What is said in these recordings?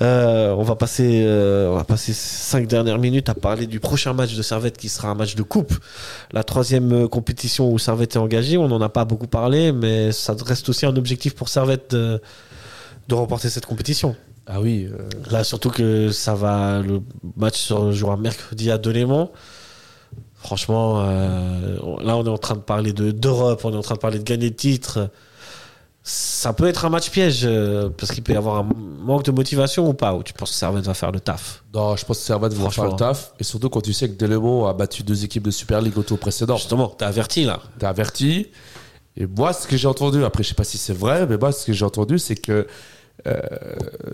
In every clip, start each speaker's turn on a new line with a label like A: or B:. A: Euh, on va passer, euh, on va passer cinq dernières minutes à parler du prochain match de Servette qui sera un match de coupe. La troisième euh, compétition où Servette est engagée. On n'en a pas beaucoup parlé, mais ça reste aussi un objectif pour Servette de, de remporter cette compétition.
B: Ah oui. euh,
A: Là, surtout que ça va, le match se jouera mercredi à Delémont. Franchement, euh, on- là, on est en train de parler de- d'Europe, on est en train de parler de gagner le titre. Ça peut être un match piège, euh, parce qu'il peut y avoir un manque de motivation ou pas, ou tu penses que Servette va faire le taf
B: non, je pense que Servette va faire
A: Franchement.
B: le taf. Et surtout quand tu sais que Delémont a battu deux équipes de Super League au tour précédent.
A: Justement, t'as averti là.
B: T'es averti. Et moi, ce que j'ai entendu, après, je sais pas si c'est vrai, mais moi, ce que j'ai entendu, c'est que euh,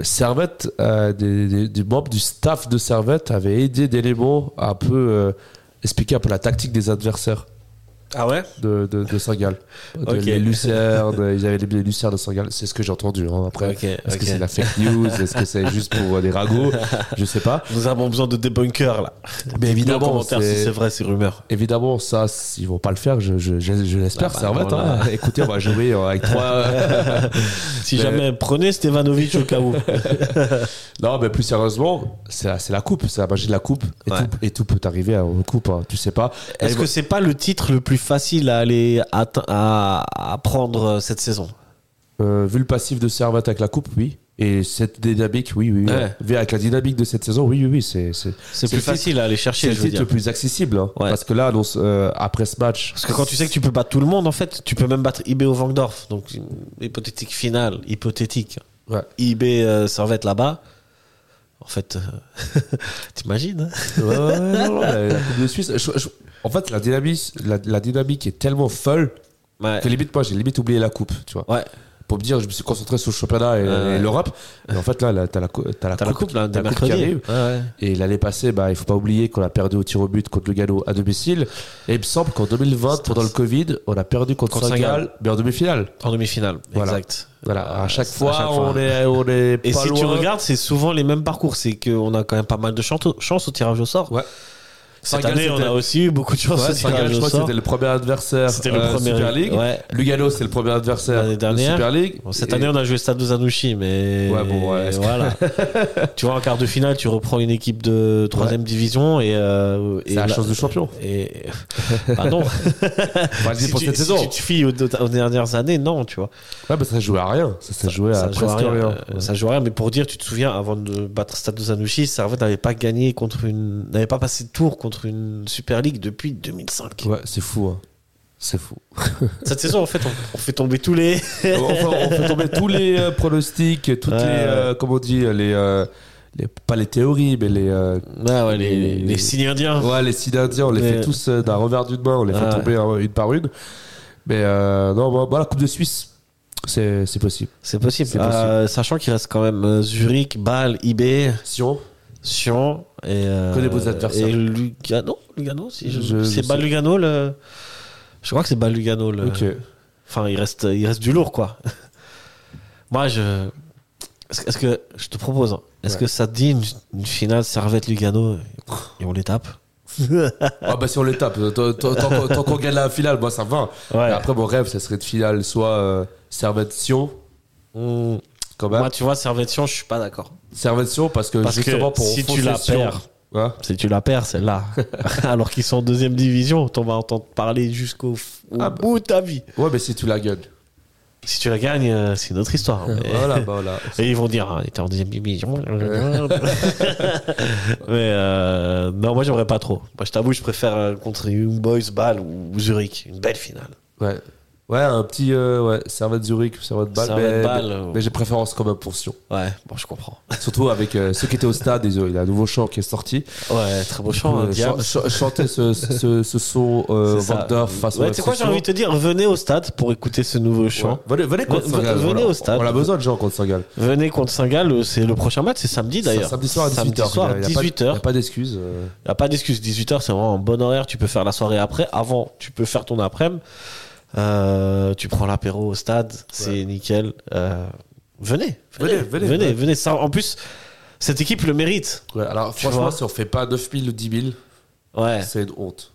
B: Servette, euh, des, des- des membres du staff de Servette avaient aidé Delémont à un peu euh, expliquer un peu la tactique des adversaires.
A: Ah ouais
B: de, de, de Saint-Gall. De-
A: Ok.
B: Les Lucernes, ils avaient les, les Lucernes de Saint-Gall. C'est ce que j'ai entendu. hein. Après,
A: Ok,
B: est-ce
A: ok.
B: que c'est de la fake news Est-ce que c'est juste pour euh, des ragots Je sais pas.
A: Nous avons besoin de débunkers là.
B: Mais
A: Dis-nous en
B: évidemment,
A: commentaire si
B: c'est-
A: c'est vrai ces rumeurs.
B: Évidemment, ça, s- ils vont pas le faire, je, je, je, je l'espère,
A: Ah bah,
B: Servette.
A: non,
B: hein. Écoutez, on va jouer euh, avec trois.
A: Si
B: Mais-
A: jamais, prenez Stevanovic au cas où.
B: non, mais plus sérieusement, c'est la, c'est la coupe, c'est la magie de la coupe. Et,
A: Ouais.
B: tout, et tout peut arriver en coupe, hein, tu sais pas.
A: Est-ce
B: Et
A: que c'est pas le titre le plus facile à aller atte- à, à prendre euh, cette saison
B: Euh, vu le passif de Servette avec la coupe, oui. Et cette dynamique, oui, oui. oui.
A: Ouais.
B: Vu Avec la dynamique de cette saison, oui, oui, oui. C'est c'est-
A: C'est
B: le
A: plus
B: titre-
A: facile à aller
B: C'est
A: chercher,
B: le
A: je veux
B: titre
A: dire.
B: le plus accessible. hein.
A: Ouais.
B: Parce que là, annonce, euh, après ce match.
A: Parce que quand tu sais que tu peux battre tout le monde, en fait, tu peux même battre IB au Vangdorf. Donc, une hypothétique finale, hypothétique.
B: Ouais.
A: IB euh, Servette là-bas. En fait, euh, t'imagines hein
B: Ouais, ouais, ouais, non, non, la, la Coupe de Suisse. je- je- en fait, la dynamique, la, la dynamique est tellement folle
A: Ouais.
B: que limite, moi, j'ai limite oublié la Coupe. Tu vois.
A: Ouais.
B: Pour me dire, je me suis concentré sur le championnat et,
A: Ouais.
B: et l'Europe. Et en fait, là, là, t'as la, cou- t'as la
A: T'as la coupe, là,
B: t'as
A: de
B: la coupe qui
A: mercredi.
B: arrive.
A: Ouais, hein, ouais.
B: Et l'année passée, bah, il faut pas oublier qu'on a perdu au tir au but contre le Gallo à domicile. Et il me semble qu'en 2020, pendant le Covid, on a perdu contre,
A: Contre
B: Saint-Gall,
A: Saint-Gall.
B: mais en demi-finale.
A: En demi-finale,
B: Voilà.
A: exact.
B: Voilà,
A: Euh,
B: à chaque
A: à
B: fois,
A: chaque fois.
B: on est, on est
A: Et
B: pas
A: si tu
B: loin.
A: regardes, c'est souvent les mêmes parcours. C'est qu'on a quand même pas mal de chanto- chance au tirage au sort.
B: Ouais.
A: Cette
B: Saint-Gall,
A: année, on
B: c'était-
A: a aussi eu beaucoup de chance
B: Ouais,
A: au
B: Saint-Gall,
A: tirage
B: je
A: au
B: crois que
A: sort.
B: c'était le premier adversaire.
A: C'était le
B: euh,
A: premier.
B: Super League.
A: Ouais.
B: Lugano, c'est le premier adversaire
A: L'année dernière.
B: de Super League.
A: Bon, cette
B: Et-
A: année, on a joué Stade de Zanouchi, mais
B: Ouais, bon, ouais, est-ce que-
A: voilà. tu vois, en quart de finale, tu reprends une équipe de troisième division et, euh, et
B: C'est la chance de champion.
A: Et bah non.
B: On va le dire
A: si
B: bah, pour
A: tu,
B: cette
A: si
B: saison.
A: tu te fies aux, deux- aux dernières années, non, tu vois.
B: Ouais, mais ça jouait à rien. Ça, ça jouait
A: ça
B: à
A: joue à
B: presque
A: rien.
B: rien.
A: Euh, Ça joue à rien. Mais pour dire, tu te souviens, avant de battre Stade de Zanouchi, Servette n'avait pas gagné contre une, n'avait pas passé de tour contre une Super League depuis 2005.
B: Ouais, c'est fou. hein. C'est fou.
A: Cette saison, en fait, on, on fait tomber tous les.
B: Enfin, on fait tomber tous les euh, pronostics, toutes
A: Ouais,
B: les.
A: ouais.
B: euh, comment on dit les, euh, les- Pas les théories, mais les. euh,
A: Ah ouais, les, les, les signes indiens.
B: ouais, les signes indiens, on les
A: Mais-
B: fait tous euh, d'un revers d'une main, on les
A: Ouais.
B: fait tomber euh, une par une. Mais euh, non, moi, moi, la Coupe de Suisse, c'est c'est possible.
A: C'est possible.
B: C'est possible.
A: Euh, sachant qu'il reste quand même euh, Zurich, Bâle, IB,
B: Sion
A: Sion et. euh,
B: Connais vos adversaires.
A: Et Lugano Lugano si je-
B: Je- je
A: C'est
B: sais.
A: Bâle Lugano le. Je crois que c'est Bâle Lugano le.
B: Ok.
A: Enfin, il reste, il reste du lourd quoi. Moi, je. Est-ce que- est-ce que je te propose hein, Est-ce
B: Ouais.
A: que ça te dit une, une finale Servette Lugano et on les tape
B: Ah bah si on les tape, tant, tant- tant qu'on- tant qu'on gagne la finale, moi ça me va.
A: Ouais.
B: Mais Après mon rêve, ça serait de finale soit euh, Servette-Sion,
A: Mmh.
B: quand même.
A: Moi, tu vois, Servette Sion, je suis pas d'accord.
B: Servette-Sion Bah. parce que
A: Parce que
B: justement pour
A: si
B: enfoncer
A: tu la
B: Sion,
A: perds,
B: hein,
A: Si tu la perds, celle-là, alors qu'ils sont en deuxième division, t'en vas entendre parler jusqu'au f- au
B: Ah bah.
A: bout de ta vie.
B: ouais mais si tu la gagnes,
A: Si tu la gagnes, euh, c'est une autre histoire. hein, mais-
B: voilà, bah voilà.
A: Et ils vont dire, ah, il était en deuxième division. mais euh, non, moi, j'aimerais pas trop. Moi, je t'avoue, je préfère euh, contre Young Boys, Bâle ou Zurich. Une belle finale.
B: Ouais, ouais un petit euh, ouais, Servette-Zurich, Servette-Bâle, mais,
A: Servette-Bâle,
B: mais-
A: ou-
B: mais j'ai préférence quand même pour Sion.
A: Ouais, bon, je comprends.
B: Surtout avec euh, ceux qui étaient au stade, ils ont- il y a un nouveau chant qui est sorti.
A: Ouais, très beau chant, hein,
B: Euh,
A: Diable.
B: chan- chan- chanter ce, ce, ce son euh,
A: C'est ça.
B: Wagner face
A: Ouais,
B: au
A: tu sais quoi,
B: FC
A: j'ai envie de te dire, venez au stade pour écouter ce nouveau
B: Sion.
A: chant.
B: Ouais. Venez, venez contre
A: Venez-
B: Saint-Gall,
A: venez
B: voilà.
A: au stade.
B: On a besoin de gens contre Saint-Gall.
A: Venez contre Saint-Gall, euh, c'est le prochain match, c'est samedi d'ailleurs.
B: C'est Samedi soir à 18h.
A: Samedi soir, 18
B: Il
A: heures.
B: n'y a pas d'excuse. euh.
A: Y a pas d'excuse. 18h, c'est vraiment un bon horaire. Tu peux faire la soirée après. Avant, tu peux faire ton après-midi. Euh, tu prends l'apéro au stade. C'est nickel. Euh, venez, venez,
B: Venez,
A: venez,
B: venez,
A: venez,
B: ouais.
A: Ça, en plus, cette équipe le mérite.
B: Ouais, alors,
A: Tu
B: franchement,
A: vois.
B: si on fait pas 9000 ou 10 000,
A: Ouais.
B: c'est une honte.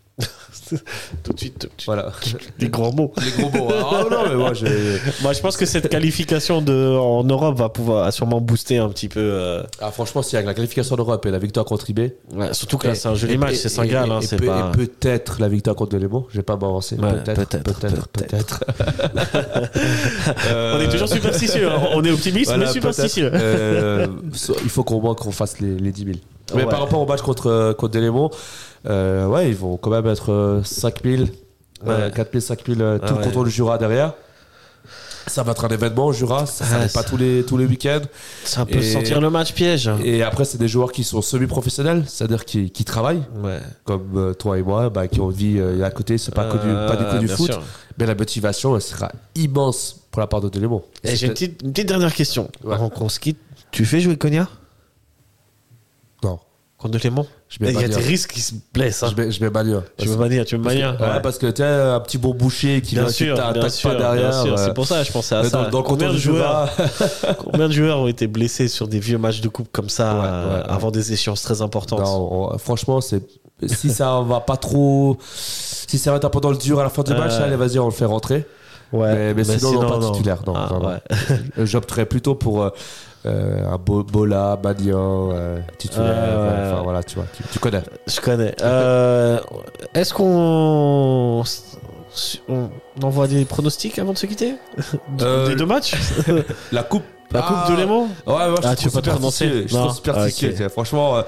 A: Tout de suite, tout de suite,
B: Voilà.
A: des grands mots.
B: Les gros mots. Ah non, mais moi, j'ai.
A: Moi, je pense que cette qualification de, en Europe va pouvoir va sûrement booster un petit peu. euh,
B: Ah, franchement, si avec la qualification d'Europe et la victoire contre IB.
A: ouais, surtout que là,
B: Et-
A: c'est un joli
B: et-
A: match,
B: et-
A: c'est
B: et-
A: 5 gars,
B: et-
A: hein,
B: et
A: c'est
B: peut-
A: pas.
B: et peut-être la victoire contre Delémo. Je vais pas m'avancer.
A: Ouais,
B: peut-être,
A: peut-être,
B: peut-être, peut-être.
A: On est toujours superstitieux, hein. on est optimiste,
B: Euh, Voilà,
A: mais superstitieux.
B: peut-être. Euh, so- il faut qu'au moins qu'on fasse les, les 10 000. Mais
A: Ouais.
B: par rapport au match contre, euh, contre Delémo, euh, ouais, ils vont quand même être euh, 5 000, euh,
A: Ouais.
B: 4 000, 5 000, euh, tout
A: Ah ouais.
B: contre le Jura derrière. Ça va être un événement au Jura, ça
A: Ah,
B: n'arrive
A: ça-
B: pas tous les, tous les week-ends.
A: C'est un peu
B: Et-
A: sentir le match piège.
B: Et après, c'est des joueurs qui sont semi-professionnels, c'est-à-dire qui, qui travaillent,
A: Ouais.
B: comme euh, toi et moi, bah, qui ont une vie euh, à côté, c'est pas, que du- pas du, que
A: Euh,
B: du
A: bien
B: foot.
A: sûr.
B: Mais la motivation, elle sera immense pour la part de Delémo.
A: Et Eh, J'ai une petite, une petite dernière question.
B: Ouais.
A: Avant qu'on se quitte, tu fais jouer Konya
B: Non,
A: contre Clément
B: je
A: Eh,
B: mets
A: Il y a
B: Mania.
A: des risques qui se blessent. hein.
B: Je mets, je mets Mania.
A: Tu veux manier, tu veux manier.
B: Ouais, parce que tu as un petit bon boucher qui
A: Bien
B: vient, qui
A: sûr,
B: t'attaque
A: bien
B: pas
A: sûr,
B: derrière.
A: bien sûr.
B: euh,
A: C'est pour ça, je pensais à
B: mais
A: ça.
B: dans, bah, dans le
A: combien,
B: canton
A: de
B: du
A: joueurs,
B: joueurs.
A: combien de joueurs ont été blessés sur des vieux matchs de coupe comme ça
B: Ouais,
A: euh,
B: ouais, ouais.
A: avant des échéances très importantes
B: Non, on- franchement, c'est si ça va pas trop, si ça va être un peu dans le dur à la fin du
A: Ouais.
B: match, allez vas-y, on le fait rentrer.
A: Ouais.
B: mais, mais sinon, non, pas titulaire. Non,
A: Ah,
B: non, non.
A: ouais.
B: Euh, J'opterais plutôt pour euh, euh, un Bo- Bola, Badian, euh, titulaire.
A: Ouais, ouais,
B: euh, enfin
A: ouais.
B: voilà, tu vois, tu, tu connais.
A: Je connais. Euh, Est-ce qu'on on envoie des pronostics avant de se quitter De-
B: Euh,
A: Des deux match
B: La coupe.
A: La coupe
B: Ah,
A: de l'aimant
B: Ouais, moi, je
A: Ah, tu
B: suis
A: veux pas te prononcer
B: superstitieux. Je suis
A: Non.
B: trop superstitieux.
A: Ok.
B: tu vois. Franchement, euh,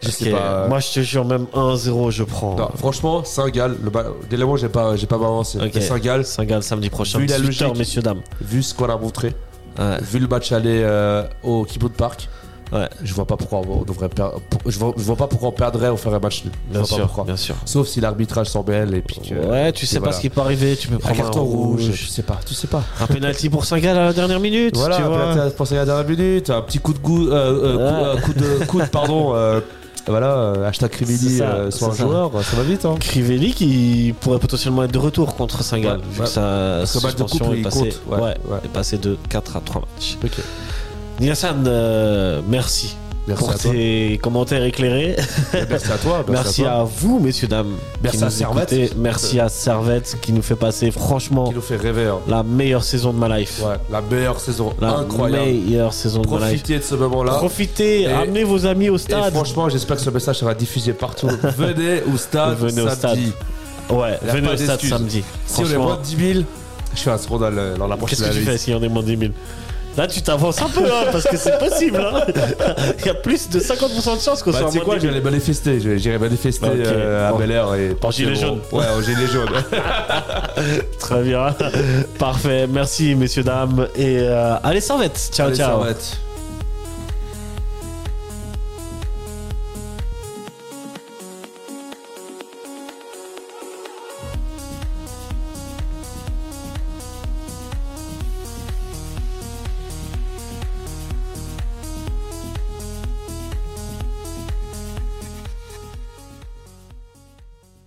B: je sais
A: Ok.
B: pas. euh,
A: Moi, je te jure, même 1-0, je prends.
B: Non, franchement, Saint-Gall, le ba- dès le moment, j'ai pas, j'ai pas avancé.
A: Ok.
B: Mais Saint-Gall,
A: Saint-Gall samedi prochain.
B: Vu la
A: 18 heures,
B: logique.
A: messieurs, dames.
B: vu ce qu'on a montré,
A: Ouais.
B: vu le match aller euh, au Kippout Park,
A: Ouais.
B: je vois pas pourquoi on devrait perdre. pour- Je vois, je vois pas pourquoi on perdrait ou faire un match nul. Je
A: Bien
B: vois pas
A: sûr,
B: pourquoi.
A: bien sûr.
B: Sauf si l'arbitrage s'en mêle et puis que.
A: Ouais, tu
B: et
A: sais pas
B: voilà.
A: ce qui peut arriver. Tu peux
B: Un
A: prendre
B: carton rouge, tu sais pas, tu sais pas.
A: Un penalty pour Saint-Gall à la dernière minute.
B: Voilà,
A: tu vois.
B: tu as pensé à la dernière minute, un petit coup de goût, euh, euh,
A: Ouais.
B: coup, euh, coup de, coup de, pardon, euh, voilà, euh, hashtag Rimini
A: C'est ça,
B: euh, sur un
A: c'est ça.
B: joueur, ça va vite, hein.
A: Crivelli qui pourrait potentiellement être de retour contre Saint-Gall
B: Ouais,
A: vu
B: ouais.
A: que sa
B: Parce que match de
A: suspension
B: coupe,
A: est
B: il
A: passée
B: compte, ouais,
A: ouais,
B: ouais.
A: est passée de 4 à 3 matchs.
B: Ok.
A: Niassan, euh, merci,
B: Merci
A: pour
B: à toi.
A: tes commentaires éclairés.
B: Merci à toi.
A: Merci
B: toi.
A: à, vous, messieurs, dames.
B: Merci
A: qui
B: à
A: nous
B: Servette.
A: écoutez. Merci à Servette qui nous fait passer franchement
B: qui nous fait rêver. hein.
A: la meilleure saison de ma life.
B: Ouais, la meilleure saison,
A: La
B: incroyable.
A: meilleure saison de ma life.
B: Profitez de ce moment-là.
A: Profitez,
B: Et-
A: amenez vos amis au
B: Et
A: stade.
B: franchement, j'espère que ce message sera diffusé partout. Venez au stade
A: Venez au
B: samedi.
A: ouais,
B: y a
A: venez
B: pas
A: au stade
B: d'excuses.
A: samedi.
B: Si on est
A: Franchement,
B: moins de 10 000, je fais un second dans, le- dans la prochaine
A: Qu'est-ce que tu fais
B: analyse.
A: si on est moins de 10 000 Là, tu t'avances un peu, hein, parce que c'est possible. hein. Il y a plus de 50% de chances qu'on
B: Bah,
A: soit
B: tu sais
A: soit moins
B: quoi,
A: de
B: je vais
A: 10 000.
B: aller manifester. Je- J'irai manifester
A: Ok,
B: euh, à
A: bon.
B: Bel Air. Et
A: En gilet
B: bon.
A: jaune. Ah,
B: Ouais, en gilet jaune.
A: Très bien. Parfait. Merci, messieurs, dames. Et euh, allez, servette. Ciao,
B: Allez,
A: ciao.
B: Servette.